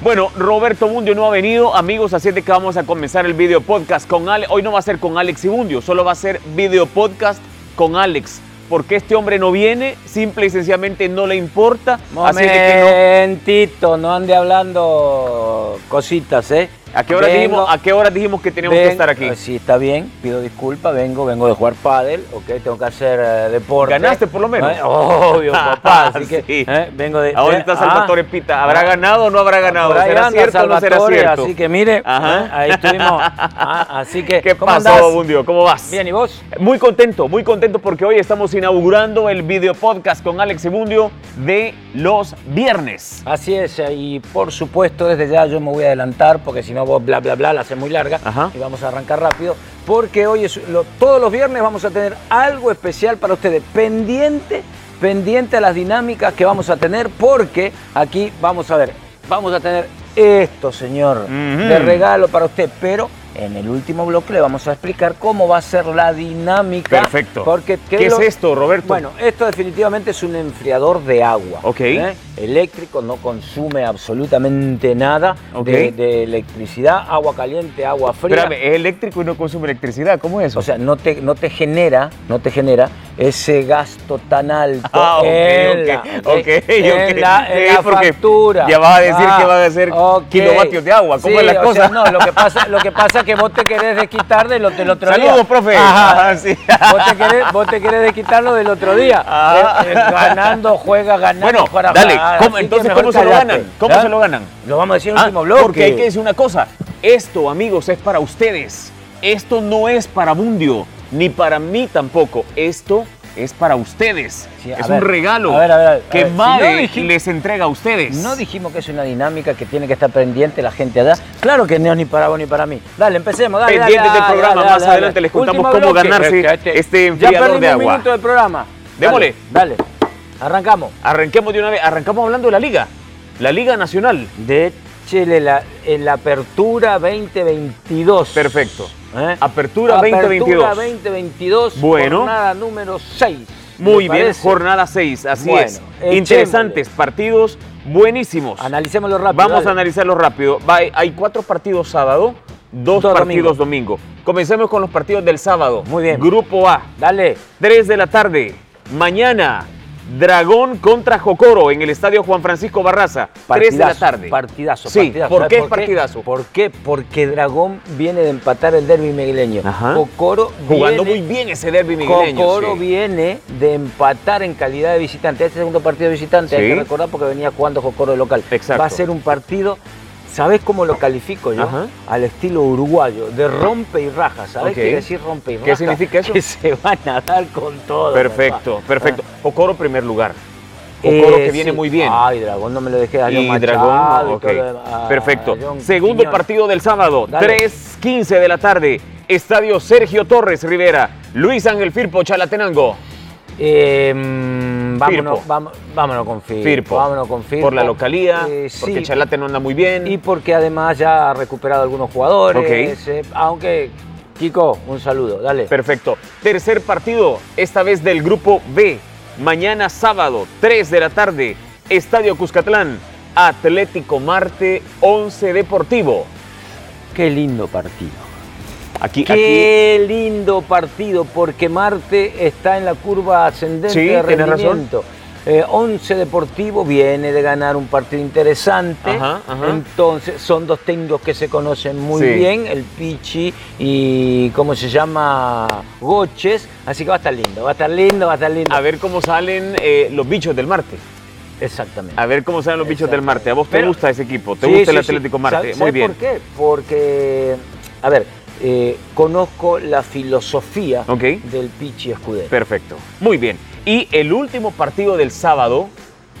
Bueno, Roberto Bundio no ha venido, amigos, así es de que vamos a comenzar el video podcast con Ale. Hoy no va a ser con Alex y Bundio, solo va a ser video podcast con Alex. Porque este hombre no viene, simple y sencillamente no le importa. Así es de que Momentito, no ande hablando cositas, ¿eh? no. ¿A qué hora, Vengo- dijimos, ¿A qué hora dijimos que teníamos ven- que estar aquí? eh, Sí, está bien, pido disculpas, vengo, vengo de jugar pádel, ok, tengo que hacer eh, deporte. Ganaste, por lo menos. Ah, Eh, Obvio, papá, así que Sí. eh, vengo de... Ahora está ah, Salvatore Pita. ¿Habrá ah, ganado o no habrá ganado? por ahí ¿Será anda cierto o no será Salvatore, cierto? Así que mire, Ajá. eh, ahí estuvimos. Ah, así que, ¿Qué ¿cómo pasó, andás? Bundio? ¿Cómo vas? Bien, ¿y vos? Muy contento, muy contento porque hoy estamos inaugurando el video podcast con Alex Ebundio de los viernes. Así es, eh, y por supuesto desde ya yo me voy a adelantar porque si no vos bla bla bla la hace muy larga Ajá. y vamos a arrancar rápido porque hoy es lo- todos los viernes vamos a tener algo especial para ustedes pendiente pendiente a las dinámicas que vamos a tener porque aquí vamos a ver vamos a tener esto señor Ujú. de regalo para usted pero en el último bloque le vamos a explicar cómo va a ser la dinámica Perfecto. porque ¿Qué es esto, Roberto? bueno esto definitivamente es un enfriador de agua ¿Eh? Ok. eléctrico, no consume absolutamente nada Ok. de, de electricidad, agua caliente, agua fría. Espérame, es eléctrico y no consume electricidad. ¿Cómo es eso? O sea, no te, no te genera, no te genera ese gasto tan alto Ah, ok, en la, ok, ok, en ok. la, en Sí, la porque factura. Ah, ya vas a decir que van a ser ok. kilovatios de agua, ¿cómo Sí, es la o cosa? sea, no, lo que pasa, lo que pasa es que vos te querés desquitar de lo del otro día. Saludos, profe. Ajá. Ajá, sí. Vos te querés, vos te querés desquitar lo del otro día. Ajá. Eh, eh, ganando, juega, ganando, Ah. Bueno, juega, dale, juega. ¿cómo- Así que entonces, mejor ¿cómo se lo callate, ganan? ¿Cómo ¿ya? se lo ganan? Lo vamos a decir en el Ah, último bloque. Porque hay que decir una cosa. Esto, amigos, es para ustedes. Esto no es para Bundio, ni para mí tampoco. Esto es para ustedes. Sí, a es ver, un regalo a ver, a ver, a ver. que Si no Mae dijim- les entrega a ustedes. No dijimos que es una dinámica que tiene que estar pendiente la gente allá. Claro que no es ni para vos ni para mí. Dale, empecemos. Dale, dale, Pendientes del dale, programa, dale, más dale, adelante dale. les contamos Último cómo bloque. ganarse Ya, este- este ya enfriador de perdimos un agua. minuto del programa. Dale, Démosle. Dale, Arrancamos. Arranquemos de una vez. Arrancamos hablando de la liga. La liga nacional. De Chile, la, en la apertura 2022. Perfecto. ¿Eh? Apertura 2022. Apertura 2022. Bueno. Jornada número 6. Muy bien, jornada 6, así Bueno, es. echémosle. Interesantes partidos, buenísimos. Analicémoslo rápido. Vamos dale. a analizarlo rápido. Va, hay cuatro partidos sábado, dos Dos partidos domingo. Comencemos con los partidos del sábado. Muy bien. Grupo A, Dale. 3 de la tarde. Mañana, Dragón contra Jocoro en el estadio Juan Francisco Barraza. 3 de la Partidazo, tarde. Partidazo, Sí, partidazo. ¿por ¿Sabes qué es partidazo? ¿Por qué? Porque Dragón viene de empatar el derby migueleño. Ajá. Cocoro Jugando viene, muy bien ese derby migueleño. Cocoro sí. viene de empatar en calidad de visitante. Este segundo partido de visitante hay Sí. que recordar porque venía jugando Cocoro de local. Exacto. Va a ser un partido. ¿Sabés cómo lo califico yo? Ajá. Al estilo uruguayo, de rompe y raja. ¿Sabés Ok. qué quiere decir rompe y ¿Qué raja? significa eso? Que se van a dar con todo. Perfecto, papá. perfecto. Jocoro primer lugar. Ah. Eh, Jocoro que viene sí. muy bien. Ay, Dragón, no me lo dejé a John y Machado Dragón. y ok. Ah, todo lo demás. Perfecto. John Segundo Quiñones. partido del sábado, Dale. 3.15 de la tarde. Estadio Sergio Torres Rivera, Luis Ángel Firpo, Chalatenango. Eh, mm, vámonos, Firpo. vam- vámonos con Firpo. Firpo. Vámonos con Firpo. Por la localía, Eh, sí, porque Chalate no anda muy bien. Y porque además ya ha recuperado algunos jugadores. Ok. eh, aunque, Kiko, un saludo, dale. Perfecto. Tercer partido, esta vez del grupo B. Mañana sábado, 3 de la tarde, Estadio Cuscatlán, Atlético Marte, 11 Deportivo. Qué lindo partido. Aquí, aquí. Qué lindo partido, porque Marte está en la curva ascendente Sí, de tenés razón. rendimiento. Eh, Once Deportivo viene de ganar un partido interesante. Ajá, ajá. Entonces, son dos técnicos que se conocen muy Sí. bien, el Pichi y cómo se llama Goches. Así que va a estar lindo, va a estar lindo, va a estar lindo. A ver cómo salen eh, los bichos del Marte. Exactamente. A ver cómo salen los bichos del Marte. ¿A vos te Pero- gusta ese equipo? ¿Te Sí, gusta el sí, sí. Atlético Marte? ¿Sabes- Muy sabes bien. ¿Por qué? Porque, a ver, eh, conozco la filosofía Ok. del Pichi Escudero. Perfecto. Muy bien. Y el último partido del sábado,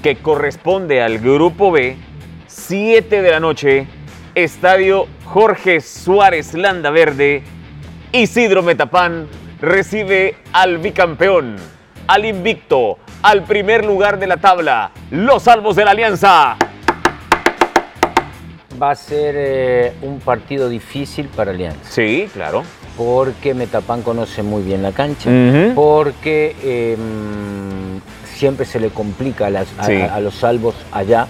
que corresponde al grupo B, 7 de la noche, Estadio Jorge Suárez Landa Verde, Isidro Metapán recibe al bicampeón, al invicto, al primer lugar de la tabla, los salvos de la alianza. Va a ser eh, un partido difícil para Alianza, Sí, claro. porque Metapan conoce muy bien la cancha, Ujú. porque eh, mm, siempre se le complica a, las- a- Sí. a- a los salvos allá.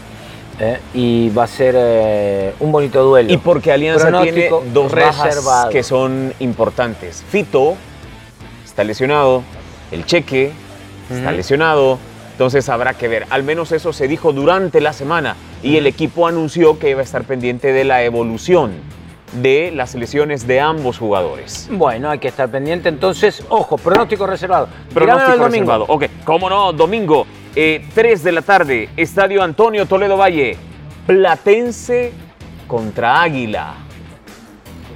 eh, y va a ser eh, un bonito duelo. Y porque Alianza tiene Pronóstico dos bajas reservado. que son importantes. Fito está lesionado, el Cheque está Ujú. lesionado, entonces habrá que ver. Al menos eso se dijo durante la semana y el equipo anunció que iba a estar pendiente de la evolución de las lesiones de ambos jugadores. Bueno, hay que estar pendiente. Entonces, ojo, pronóstico reservado. Dígamelo el Pronóstico domingo. reservado. Ok, cómo no, domingo, 3 de la tarde, Estadio Antonio Toledo Valle, Platense contra Águila.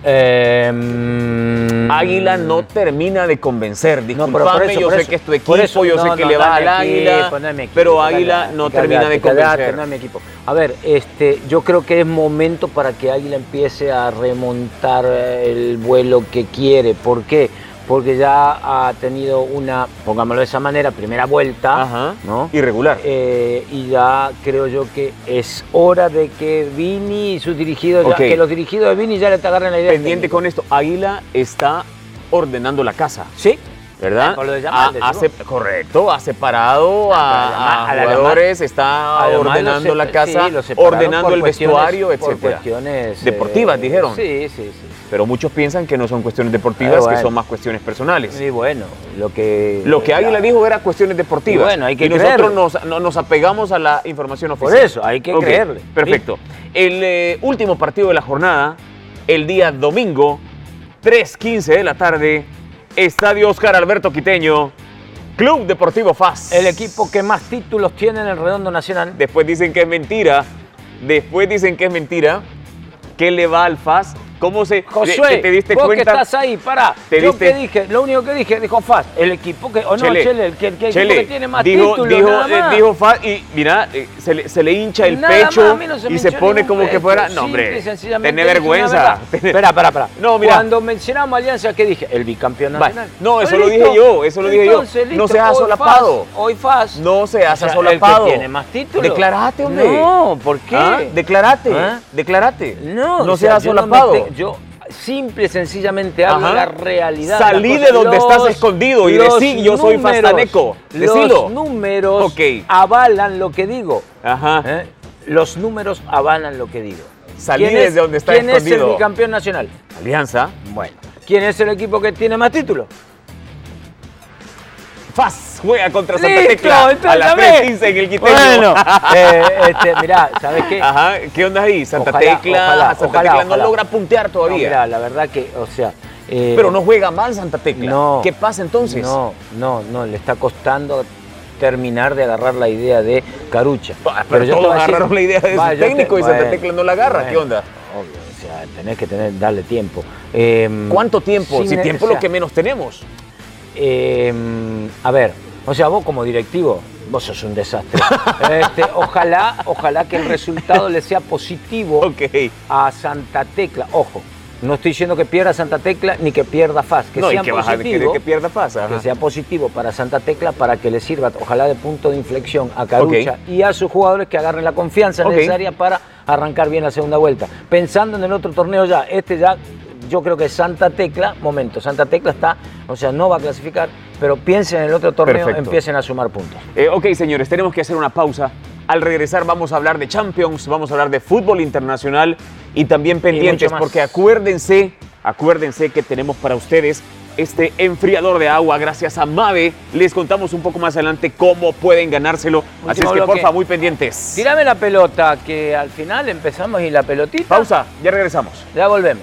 Eh, mm, Águila no termina de convencer. No, Disculpame, pero por eso, yo por sé eso, que es tu por equipo, eso, yo no, sé que no, le no va es al mi equipo, no Águila, es mi equipo, pero callate, Águila no callate, termina de callate, convencer. no es mi equipo. A ver, este, yo creo que es momento para que Águila empiece a remontar eh, el vuelo que quiere. ¿Por qué? Porque ya ha tenido una, pongámoslo de esa manera, primera vuelta, Ajá. ¿no? Irregular. Eh, y ya creo yo que es hora de que Vini y sus dirigidos, ya- Ok. que los dirigidos de Vini ya le agarren la idea. al Pendiente técnico. con esto, Águila está ordenando la casa, Sí, ¿verdad? Ah, Con lo de Yamal, Ha- decimos. ha sep- correcto, ha separado Ah, pero a, Yamal- a a la Yamal- jugadores, está Además, Ah, ordenando los la se- casa, sí, los separaron ordenando por el cuestiones- vestuario, por etcétera. cuestiones, Deportivas, eh, dijeron. Sí, sí, sí. Pero muchos piensan que no son cuestiones deportivas, Ah, bueno. que son más cuestiones personales. Y bueno, lo que. Lo que Águila la- dijo era cuestiones deportivas. Y bueno, hay que Y nosotros creerle. nos, no- nos apegamos a la información Por oficial. eso, hay que Ok, creerle. Perfecto. El eh, último partido de la jornada, el día domingo, 3.15 de la tarde, Estadio Oscar Alberto Quiteño, Club Deportivo FAS. El equipo que más títulos tiene en el Redondo Nacional. Después dicen que es mentira. Después dicen que es mentira. ¿Qué le va al FAS? ¿Cómo se... Josué, te- te diste vos cuenta? que estás ahí, pará. ¿Te Yo diste- que dije, lo único que dije, dijo Faz, el equipo que, o Ah, no, Chele, el, que, el que- el Chele, equipo que tiene más dijo, títulos, dijo, nada eh, más. dijo Fa- y mira, eh, se le, se le hincha el Nada más, pecho a mí no se me y se hinchó pone ningún como que pecho, fuera, no simple y hombre, sencillamente tené dije una vergüenza. verdad. Espera, espera, espera. No, mira. Cuando mencionamos Alianza, ¿qué dije? El bicampeonato. Vale. nacional. No, eso Pues lo dije listo. yo, eso lo dije yo. Entonces, No listo, seas hoy solapado. Faz, Hoy Faz. No seas O sea, asolapado. El que tiene más títulos. Declarate, hombre. No, ¿por qué? ¿Ah? Declarate, ¿Ah? declarate. No, no o sea, seas yo no me solapado. te- yo simple y sencillamente hablo Ajá. de la realidad. Salí las de donde cosas. estás escondido y los decí, yo soy fastaneco. números- Decilo. Los números Ok. avalan lo que digo. Ajá. ¿eh? Los números avalan lo que digo. Salí ¿Quién desde donde está ¿Quién es escondido? el bicampeón nacional? Alianza. Bueno. ¿Quién es el equipo que tiene más títulos? Faz juega contra Listo, Santa Tecla a entonces, las a ver. 3.15 en el Ah, Quiteño. Bueno, eh, este, mirá, ¿sabes qué? Ajá, ¿qué onda ahí? Santa Ojalá, Tecla, ojalá, Santa ojalá, Tecla no ojalá. logra puntear No, todavía. mirá, la verdad que, o sea... eh, Pero no juega mal Santa Tecla. No. ¿Qué pasa entonces? No, no, no, le está costando terminar de agarrar la idea de Carucha. Pa- pero yo te todos voy a decir- agarraron la idea de su Va, yo técnico y Santa Tecla no la agarra, ¿qué onda? Obvio, o sea, tenés que tener, darle tiempo. Eh, ¿Cuánto tiempo? sin- si tiempo o lo sea, que menos tenemos. eh, a ver, o sea, vos como directivo, vos sos un desastre. Este, ojalá, ojalá que el resultado le sea positivo Ok. a Santa Tecla. Ojo, no estoy diciendo que pierda Santa Tecla ni que pierda FAS, que no, y sean que, baja, que, positivos, que pierda pasa. que sea positivo para Santa Tecla para que le sirva, ojalá de punto de inflexión a Carucha y a sus jugadores que agarren la confianza Ok. necesaria para arrancar bien la segunda vuelta. Pensando en el otro torneo ya, este ya, yo creo que Santa Tecla, momento, Santa Tecla está, o sea, no va a clasificar, pero piensen en el otro torneo, Perfecto. empiecen a sumar puntos. Eh, ok, señores, tenemos que hacer una pausa. Al regresar vamos a hablar de Champions, vamos a hablar de fútbol internacional y también pendientes, mucho más. porque acuérdense, acuérdense que tenemos para ustedes este enfriador de agua gracias a Mave. Les contamos un poco más adelante cómo pueden ganárselo. Así es Último que bloque. porfa, muy pendientes. Tírame la pelota, que al final empezamos y la pelotita. Pausa, ya regresamos. Ya volvemos.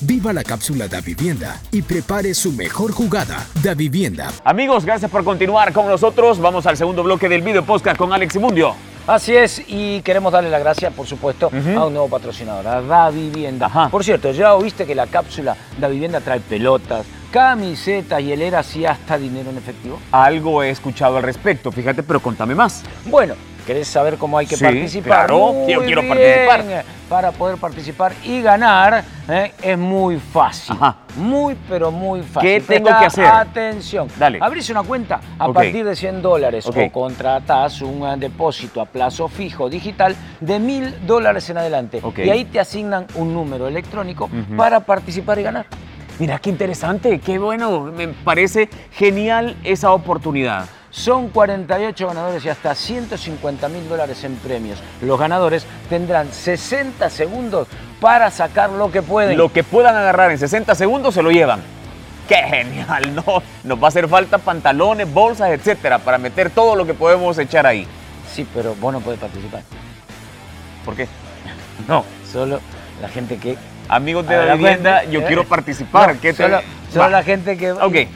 Viva la cápsula da vivienda y prepare su mejor jugada. Da vivienda Amigos, gracias por continuar con nosotros. Vamos al segundo bloque del video podcast con Alex Mundio. Así es, y queremos darle las gracias, por supuesto, a un nuevo patrocinador, a Da Vivienda. Ajá. Por cierto, ya oíste que la cápsula Da Vivienda trae pelotas, camisetas, hieleras y hasta dinero en efectivo. Algo he escuchado al respecto, fíjate, pero contame más. Bueno, ¿querés saber cómo hay que Sí, participar? claro, Muy yo quiero bien. participar. Para poder participar y ganar ¿eh? es muy fácil. Ajá. Muy, pero muy fácil. ¿Qué tengo Presta que hacer? Atención. Dale. Abrís una cuenta a Ok. partir de 100 dólares Ok. o contratás un eh, depósito a plazo fijo digital de 1000 dólares en adelante. Ok. Y ahí te asignan un número electrónico para participar y ganar. Mira, qué interesante, qué bueno. Me parece genial esa oportunidad. Son 48 ganadores y hasta 150 mil dólares en premios. Los ganadores tendrán 60 segundos para sacar lo que pueden. Lo que puedan agarrar en 60 segundos se lo llevan. ¡Qué genial! No, nos va a hacer falta pantalones, bolsas, etcétera, para meter todo lo que podemos echar ahí. Sí, pero vos no podés participar. ¿Por qué? No, solo la gente que... Amigos de A la, ver, vivienda, cuente. yo quiero participar. No, ¿Qué te- solo solo Va. la gente que... Ok. Ahí-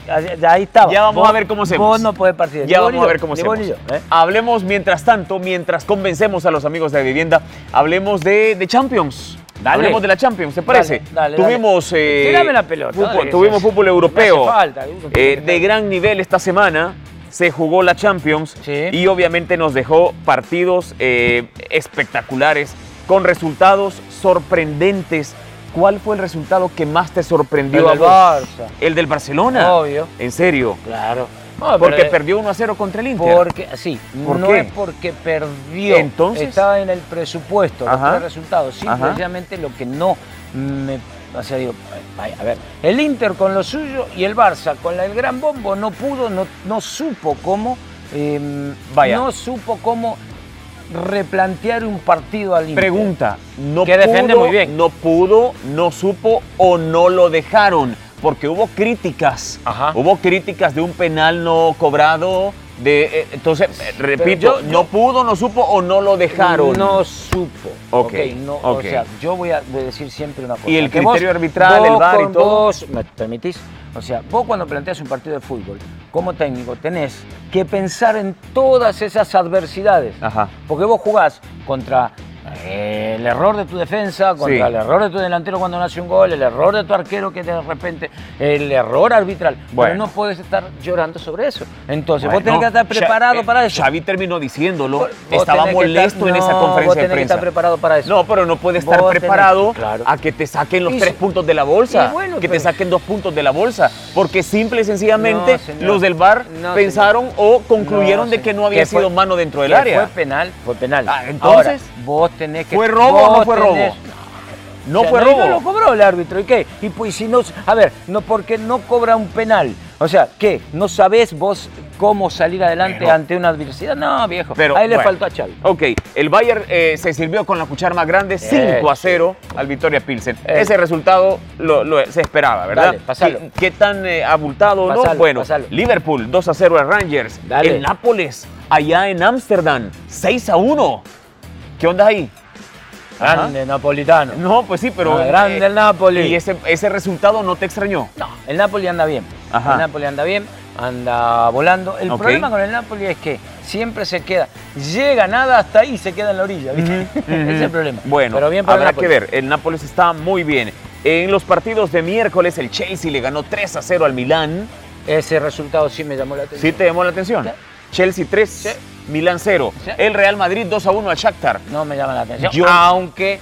Ahí estaba. Ya vamos Vos- a ver cómo hacemos. Vos no podés participar. Ya Ni vos vamos ni a ver yo, cómo ni vos hacemos. ni yo, ¿eh? Hablemos mientras tanto, mientras convencemos a los amigos de la vivienda, hablemos de, de Champions. Dale. Hablemos de la Champions, ¿te parece? Dale, dale, tuvimos dale. eh, Tírame la pelota, fútbol, dale, que tuvimos se- fútbol me hace europeo falta. eh, de gran nivel esta semana. Se jugó la Champions Sí. y obviamente nos dejó partidos eh, espectaculares con resultados sorprendentes. ¿Cuál fue el resultado que más te sorprendió El a del vos? Barça. El del Barcelona. Obvio. En serio. Claro. Porque perdió. perdió 1 a 0 contra el Inter. Porque, sí, ¿Por no qué? es porque perdió. Entonces. Estaba en el presupuesto, no Ajá. fue el resultado. Sí, Ajá. precisamente lo que no me. O sea, digo, vaya, a ver, el Inter con lo suyo y el Barça con la- el gran bombo no pudo, no, no supo cómo. eh, Vaya. No supo cómo replantear un partido al Inter. Pregunta, no Que defiende pudo, muy bien. no pudo, no supo o no lo dejaron, porque hubo críticas, Ajá. hubo críticas de un penal no cobrado, de eh, entonces eh, repito, yo- no pudo, no supo o no lo dejaron. No supo. Ok, no, ok. O sea, yo voy a voy a decir siempre una cosa. Y el que vos- criterio arbitral, el vos VAR y con- todo. vos- ¿Me permitís? O sea, vos cuando planteas un partido de fútbol, como técnico, tenés que pensar en todas esas adversidades. Ajá. Porque vos jugás contra eh, el error de tu defensa, contra Sí. el error de tu delantero cuando no hace un gol, el error de tu arquero que de repente, el error arbitral. Bueno. Pero no puedes estar llorando sobre eso. Entonces, vos Bueno, tenés que estar Xa- preparado eh, para eso. Xavi terminó diciéndolo, Vos estaba tenés que molesto estar- en esa no, vos conferencia de tenés que prensa. estar preparado para eso. No, pues, pero no puede estar Vos tenés- preparado claro. a que te saquen los Y tres si- puntos de la bolsa, y bueno, que te pero- saquen dos puntos de la bolsa, porque simple y sencillamente No, señor. los del bar No, pensaron o concluyeron No, de señor. que no había Que fue- sido mano dentro del que área. Fue penal, fue penal. Ah, entonces, Ahora, vos tenés que. ¿Fue robo o no vos fue robo? tenés- no o sea, fue y No lo robo. cobró el árbitro, ¿y qué? Y pues si no, a ver, no porque no cobra un penal. O sea, ¿qué? ¿No sabés vos cómo salir adelante Pero- ante una adversidad? No, viejo. Pero, Ahí le bueno. faltó a Xavi. Ok, el Bayern eh, se sirvió con la cuchara más grande, 5 a 0 al Victoria Pilsen. Eh. Ese resultado lo, lo- se esperaba, ¿verdad? Dale, pasalo. ¿Qué, qué tan eh, abultado o no? Pasalo, Bueno, pasalo. Liverpool 2 a 0 a Rangers. Dale. El Nápoles, allá en Ámsterdam, 6 a 1. ¿Qué onda ahí? Ajá. Grande napolitano. No, pues sí, pero. Ah, grande el Napoli. ¿Y ese, ese resultado no te extrañó? No, el Napoli anda bien. Ajá. El Napoli anda bien, anda volando. El Ok. problema con el Napoli es que siempre se queda. Llega nada hasta ahí y se queda en la orilla. ¿viste? Ese es el problema. Bueno, Pero bien para el habrá que Napoli. ver. El Nápoles está muy bien. En los partidos de miércoles, el Chelsea le ganó 3 a 0 al Milán. Ese resultado sí me llamó la ¿Sí atención. te llamó la atención? Sí. Chelsea 3, Sí. Milán 0. Sí. El Real Madrid 2 a 1 al Shakhtar. No me llama la atención. Yo- Aunque.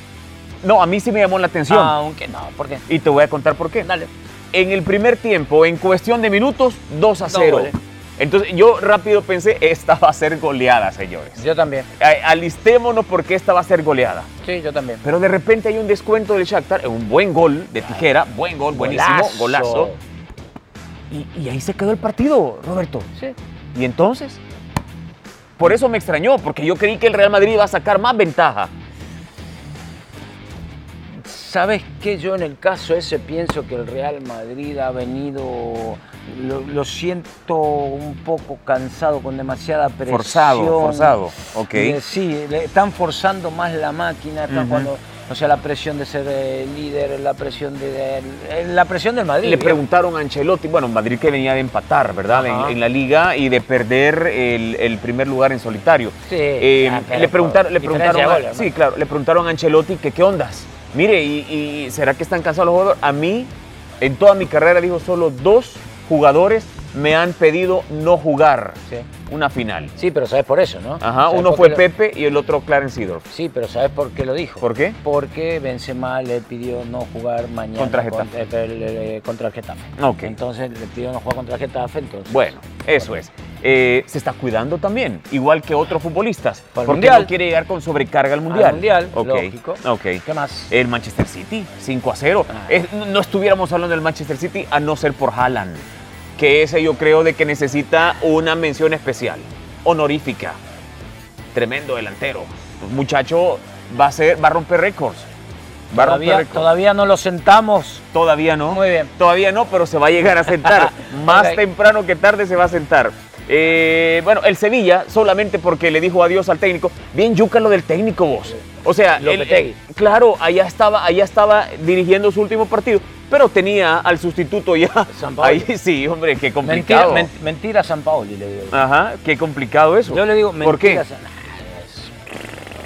No, a mí sí me llamó la atención. Aunque no, ¿por qué? Y te voy a contar por qué. Dale. En el primer tiempo, en cuestión de minutos, 2 a Dos 0. goles. Entonces yo rápido pensé, esta va a ser goleada, señores. Yo también. A- Alistémonos porque esta va a ser goleada. Sí, yo también. Pero de repente hay un descuento del Shakhtar, un buen gol de tijera, buen gol, buenísimo, golazo. Y, y ahí se quedó el partido, Roberto. Sí. ¿Y entonces? Por eso me extrañó, porque yo creí que el Real Madrid iba a sacar más ventaja. ¿Sabes qué? Yo en el caso ese pienso que el Real Madrid ha venido, lo, lo siento un poco cansado, con demasiada presión. Forzado, forzado, ok. Eh, sí, le están forzando más la máquina, están Ujú. cuando, o sea, la presión de ser eh, líder, la presión de, de- la presión del Madrid. Le ¿eh? preguntaron a Ancelotti, bueno, Madrid que venía de empatar, ¿verdad? En, Ajá. en la liga y de perder el, el primer lugar en solitario. Sí, Eh, ah, pero le preguntaron, por le diferencia preguntaron, de a- goles, ¿no? sí, claro, le preguntaron a Ancelotti que qué ondas. Mire, y, y será que están cansados los jugadores? A mí, en toda mi carrera, dijo solo dos jugadores me han pedido no jugar Sí. una final. Sí, pero sabes por eso, ¿no? Ajá, ¿Sabes uno por fue qué lo- Pepe y el otro Clarence Seedorf. Sí, pero ¿sabes por qué lo dijo? ¿Por qué? Porque Benzema le pidió no jugar mañana Contra cont- Getafe. eh, el, eh, contra el Getafe. Ok. Entonces le pidió no jugar contra el Getafe, entonces... Bueno, eso es. Eh, se está cuidando también, igual que otros futbolistas. Para el porque Mundial. no quiere llegar con sobrecarga al mundial. Al mundial, Ok, lógico. ok. Eh, ¿Qué más? El Manchester City, 5 a 0. Ah. Es- no- no estuviéramos hablando del Manchester City a no ser por Haaland, que ese yo creo de que necesita una mención especial, honorífica. Tremendo delantero. Muchacho va a, ser, va a romper récords. Va a romper todavía, récords. todavía no lo sentamos. Todavía no. Muy bien. Todavía no, pero se va a llegar a sentar. Más Ok. temprano que tarde se va a sentar. Eh, bueno, el Sevilla, solamente porque le dijo adiós al técnico. Bien yuca lo del técnico vos. O sea, el- Lopetegui. el- claro, allá estaba, allá estaba dirigiendo su último partido, pero tenía al sustituto ya. Sampaoli. Ahí sí, hombre, qué Mentira, complicado. men- mentira San Paoli, le digo. Ajá, qué complicado eso. Yo le digo ¿Por qué? mentira San- Ah,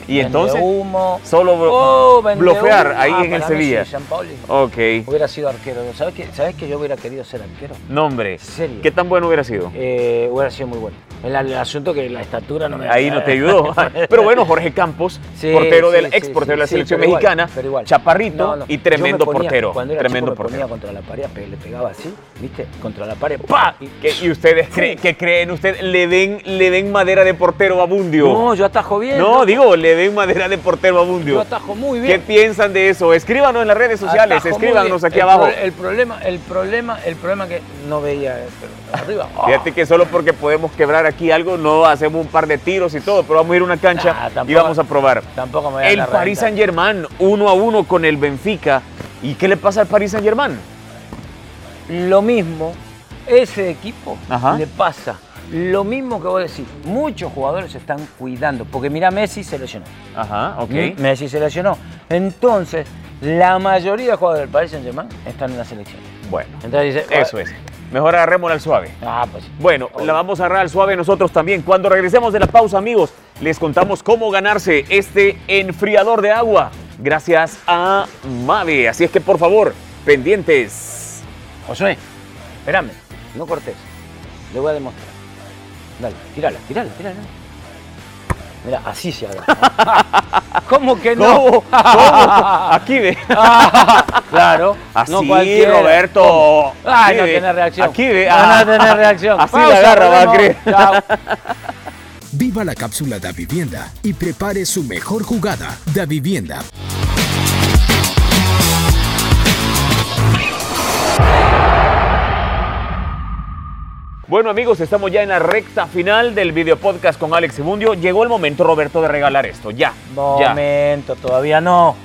es- Y entonces, vende humo. solo blo- Oh, vende bloquear humo. ahí Ah, en el para mí Sevilla. sí, San Paoli. ok, Hubiera sido arquero. ¿Sabes qué? ¿Sabes que yo hubiera querido ser arquero? nombre. Serio. ¿Qué tan bueno hubiera sido? Eh, hubiera sido muy bueno. El, el asunto que la estatura no me Ahí no te ayudó. Pero bueno, Jorge Campos, Sí, portero sí, del sí, ex portero sí, de la sí, selección pero igual, mexicana, pero igual. chaparrito No, no, y yo tremendo me ponía- portero. Cuando era Tremendo chico me portero. ponía contra la pared, pe- le pegaba así, ¿viste? Contra la pared. ¡Pa! Y- ¿Qué- ¿Y ustedes creen, qué creen? ¿Ustedes le ven, le ven madera de portero a Bundio? No, yo atajo bien. No, digo, le ven madera de portero a Yo Bundio. atajo muy ¿Qué bien. piensan de eso? Escríbanos en las redes sociales, Atajo muy escríbanos bien. aquí El abajo. pro- el problema, el problema, el problema que no veía eh, pero arriba. ¡Ah! Fíjate que solo porque podemos quebrar aquí algo, no hacemos un par de tiros y todo, pero vamos a ir a una cancha Nah, y tampoco- vamos a probar. Oh, Tampoco me voy a El dar Paris renta. Saint Germain, uno a uno con el Benfica. ¿Y qué le pasa al Paris Saint Germain? lo mismo, ese equipo Ajá. le pasa lo mismo que vos decís. Muchos jugadores se están cuidando, porque mira, Messi se lesionó. Ajá, ok. M- Messi se lesionó. Entonces, la mayoría de jugadores del Paris Saint-Germain están en la selección. Bueno, Entonces dice, eso es. Mejor agarrémosla al suave. Ah, pues. Bueno, la vamos a agarrar al suave nosotros también. Cuando regresemos de la pausa, amigos, les contamos cómo ganarse este enfriador de agua gracias a Mave. Así es que, por favor, pendientes. Josué, espérame, no cortes. Le voy a demostrar. Dale, tirala, tirala, tirala. Mira, así se agarra. ¿Cómo que no? ¿Cómo? ¿Cómo? Aquí ve. claro. Así, no cualquiera. Roberto. ¿Cómo? Ay, Aquí no ve. tiene reacción. Aquí ve. No, Ah. no tiene reacción. Así la Pausa, agarra, va a volvemos. creer. Chao. Viva la cápsula da vivienda y prepare su mejor jugada da vivienda. Bueno, amigos, estamos ya en la recta final del video podcast con Alex Segundio. Llegó el momento, Roberto, de regalar esto. Ya. ya. Momento, todavía no.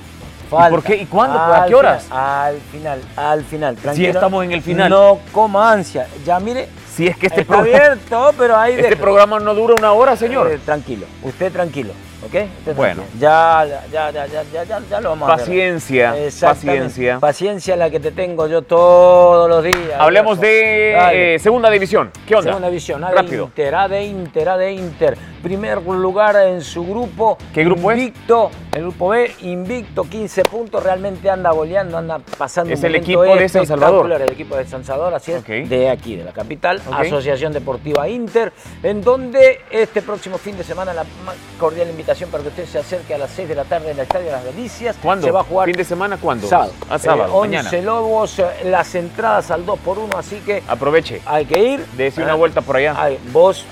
Falta. por qué? ¿Y cuándo? ¿A Al qué horas? final, Al final, al final. Tranquilo. estamos en el final. No coma ansia. Ya mire, Si es que este, está pro- abierto, pero ahí este déjelo. programa no dura una hora, señor. Eh, tranquilo, usted tranquilo, ¿ok? Usted Bueno. tranquilo. Ya, ya, ya, ya, ya, ya, ya lo vamos a Paciencia, ver. paciencia. Paciencia la que te tengo yo todos los días. Hablemos viejo. Dale. de eh, segunda división. ¿Qué onda? Segunda división, A de Rápido. Inter, A de Inter, A de Inter. Primer lugar en su grupo. ¿Qué grupo es? invicto, El grupo B, invicto, 15 puntos. Realmente anda goleando, anda pasando Es un el momento equipo de San espectacular, Salvador. El equipo de San Salvador, así es, Ok. de aquí, de la capital. Ok. Asociación Deportiva Inter, en donde este próximo fin de semana la más cordial invitación para que usted se acerque a las 6 de la tarde en el Estadio de las Delicias. ¿Cuándo? Se va a jugar ¿Fin de semana cuándo? sábado. Ah, sábado, Eh, 11 mañana. Lobos, eh, las entradas al 2 por 1 así que Aproveche. hay que ir. Dese Ah, una vuelta por allá. ay, vos,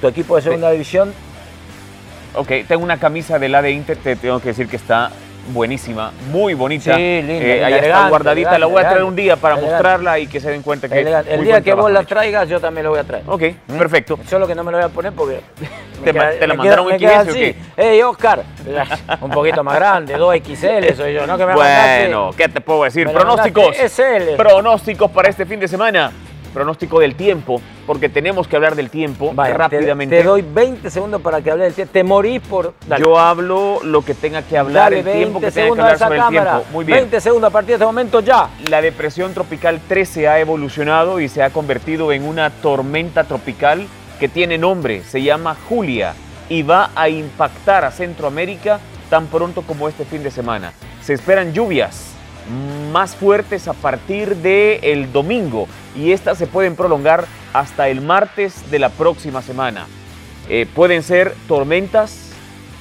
tu equipo de segunda división, Ok, tengo una camisa del AD Inter, te tengo que decir que está buenísima, muy bonita. Eh, Sí, linda, linda, ahí está elegante, guardadita, la voy a traer elegante, un día para elegante. mostrarla y que se den cuenta que. el, el muy día buen que vos trabajo la han hecho. traigas, yo también lo voy a traer. Ok, perfecto. Solo que no me lo voy a poner porque. me Te ma- te la me mandaron me XS o así. Ey, Oscar, un poquito más grande, 2XL soy yo, ¿no? Que me Bueno, ¿qué te puedo decir? Me la Pronósticos. mandaste SL. Pronósticos para este fin de semana. Pronóstico del tiempo, porque tenemos que hablar del tiempo Vaya, te- rápidamente. Te, doy 20 segundos para que hable del tiempo. Te morís por. dale. Yo hablo lo que tenga que hablar, Dale, el tiempo que tenga que segundos a hablar esa sobre cámara. el tiempo. Muy bien. 20 segundos a partir de este momento ya. La depresión tropical 13 ha evolucionado y se ha convertido en una tormenta tropical que tiene nombre, se llama Julia y va a impactar a Centroamérica tan pronto como este fin de semana. Se esperan lluvias más fuertes a partir del domingo y estas se pueden prolongar hasta el martes de la próxima semana. Eh, pueden ser tormentas,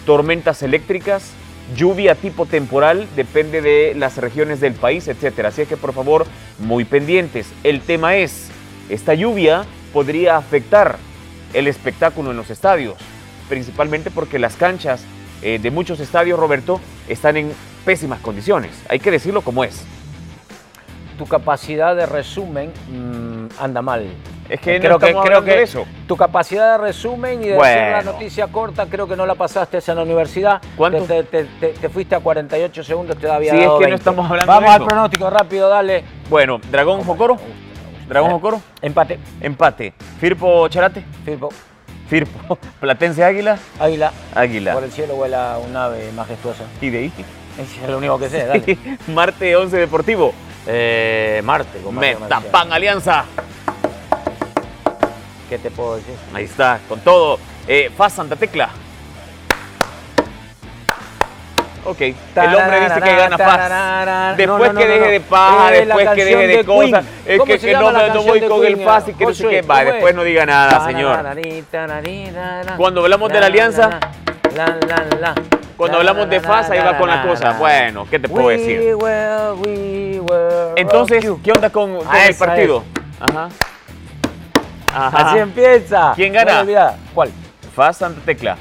tormentas eléctricas, lluvia tipo temporal, depende de las regiones del país, etcétera. Así es que por favor, muy pendientes. El tema es, esta lluvia podría afectar el espectáculo en los estadios, principalmente porque las canchas eh, de muchos estadios, Roberto, están en pésimas condiciones. Hay que decirlo como es. Tu capacidad de resumen mmm, anda mal. Es que Eh, creo no que, creo que de eso. Tu capacidad de resumen y de Bueno. hacer la noticia corta, creo que no la pasaste en la universidad. ¿Cuánto? Te, te- te- te fuiste a 48 segundos, te había Sí, es dado que no 20. estamos hablando Vamos de al eso. pronóstico, rápido, dale. Bueno, Dragón Jocoro, Dragón Eh. Jocoro, Empate. empate. Firpo Charate, Firpo, Firpo, Platense Águila, águila. Por Águila. el cielo vuela un ave majestuosa. Y de ahí. Es lo único que sé, dale. Marte 11 Deportivo, Eh, Marte, compañero Metapan Alianza. Marcial. ¿Qué te puedo decir? Ahí está, con todo. Eh, Faz Santa Tecla. Ok, el hombre dice que gana Tararara. Faz. Después No, no, que no, deje no. de paja, Es la después que canción deje de de cosas. Queen. Es ¿Cómo que, se que no, llama la me- no canción voy de con el Queen, Faz y que no sé Josué? qué. Va, ¿Cómo es? después no diga nada, señor. Tararari, tarari, tarara. Cuando hablamos de la alianza- La, la, la. Cuando La, hablamos de la, la, FAS, ahí la, va la, con la la, cosa. la. Bueno, ¿qué te puedo We decir? will, we will Entonces, rock you. ¿qué onda con, con Ah, el esa partido? Ajá. Ajá. Así em- empieza. ¿Quién gana? No me olvidaba. ¿Cuál? Faz Santa Tecla.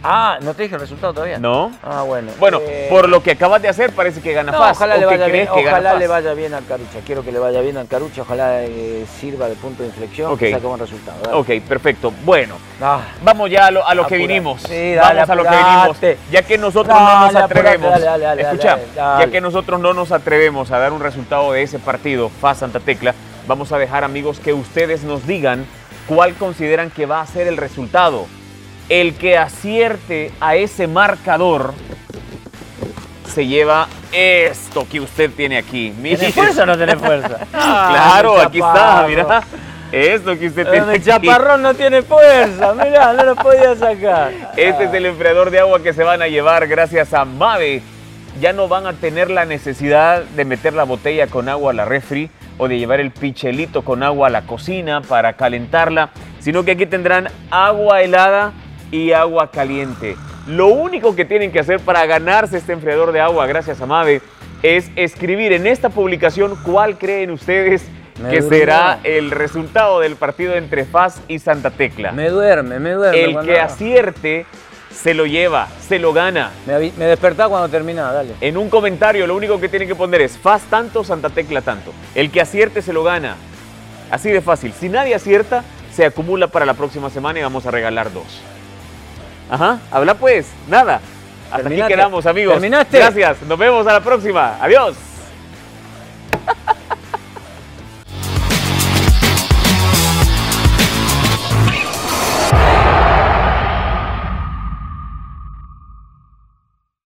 Ah, no te dije el resultado todavía. No. Ah, bueno. Bueno, Eh, por lo que acabas de hacer, parece que gana no, Faz. ojalá ¿O le qué vaya bien, crees que gana ojalá Faz? le vaya bien al Carucha. Quiero que le vaya bien al Carucha. Ojalá eh, sirva de punto de inflexión. Ok. Que saque buen resultado. dale. Ok, perfecto. Bueno, Ah. vamos ya a lo, a lo que Apurate. vinimos. Sí, dale, vamos a lo que vinimos. apurate. Ya que nosotros no nos Dale, apurate, atrevemos. dale, dale, dale, Escucha, dale, dale. ya que nosotros no nos atrevemos a dar un resultado de ese partido, FAS Santa Tecla, vamos a dejar, amigos, que ustedes nos digan cuál consideran que va a ser el resultado. El que acierte a ese marcador se lleva esto que usted tiene aquí. Mire. ¿Tenés fuerza o no tenés fuerza? Claro, mi aquí está, chaparro. mira. Esto que usted Eh, tiene mi aquí. chaparrón no tiene fuerza. Mirá, no lo podía sacar. Este es el enfriador de agua que se van a llevar gracias a Mave. Ya no van a tener la necesidad de meter la botella con agua a la refri o de llevar el pichelito con agua a la cocina para calentarla, sino que aquí tendrán agua helada y agua caliente. Lo único que tienen que hacer para ganarse este enfriador de agua gracias a Mave es escribir en esta publicación cuál creen ustedes Me que durmió. será el resultado del partido entre Faz y Santa Tecla. Me duerme, me duerme. El cuando- que acierte se lo lleva, se lo gana. Me, avi- me despertá cuando termina, dale. En un comentario lo único que tiene que poner es Faz tanto, Santa Tecla tanto. El que acierte se lo gana. Así de fácil. Si nadie acierta, se acumula para la próxima semana y vamos a regalar dos. Ajá, habla pues, nada. Hasta Terminaste. aquí quedamos, amigos. Terminaste. Gracias, nos vemos a la próxima. Adiós.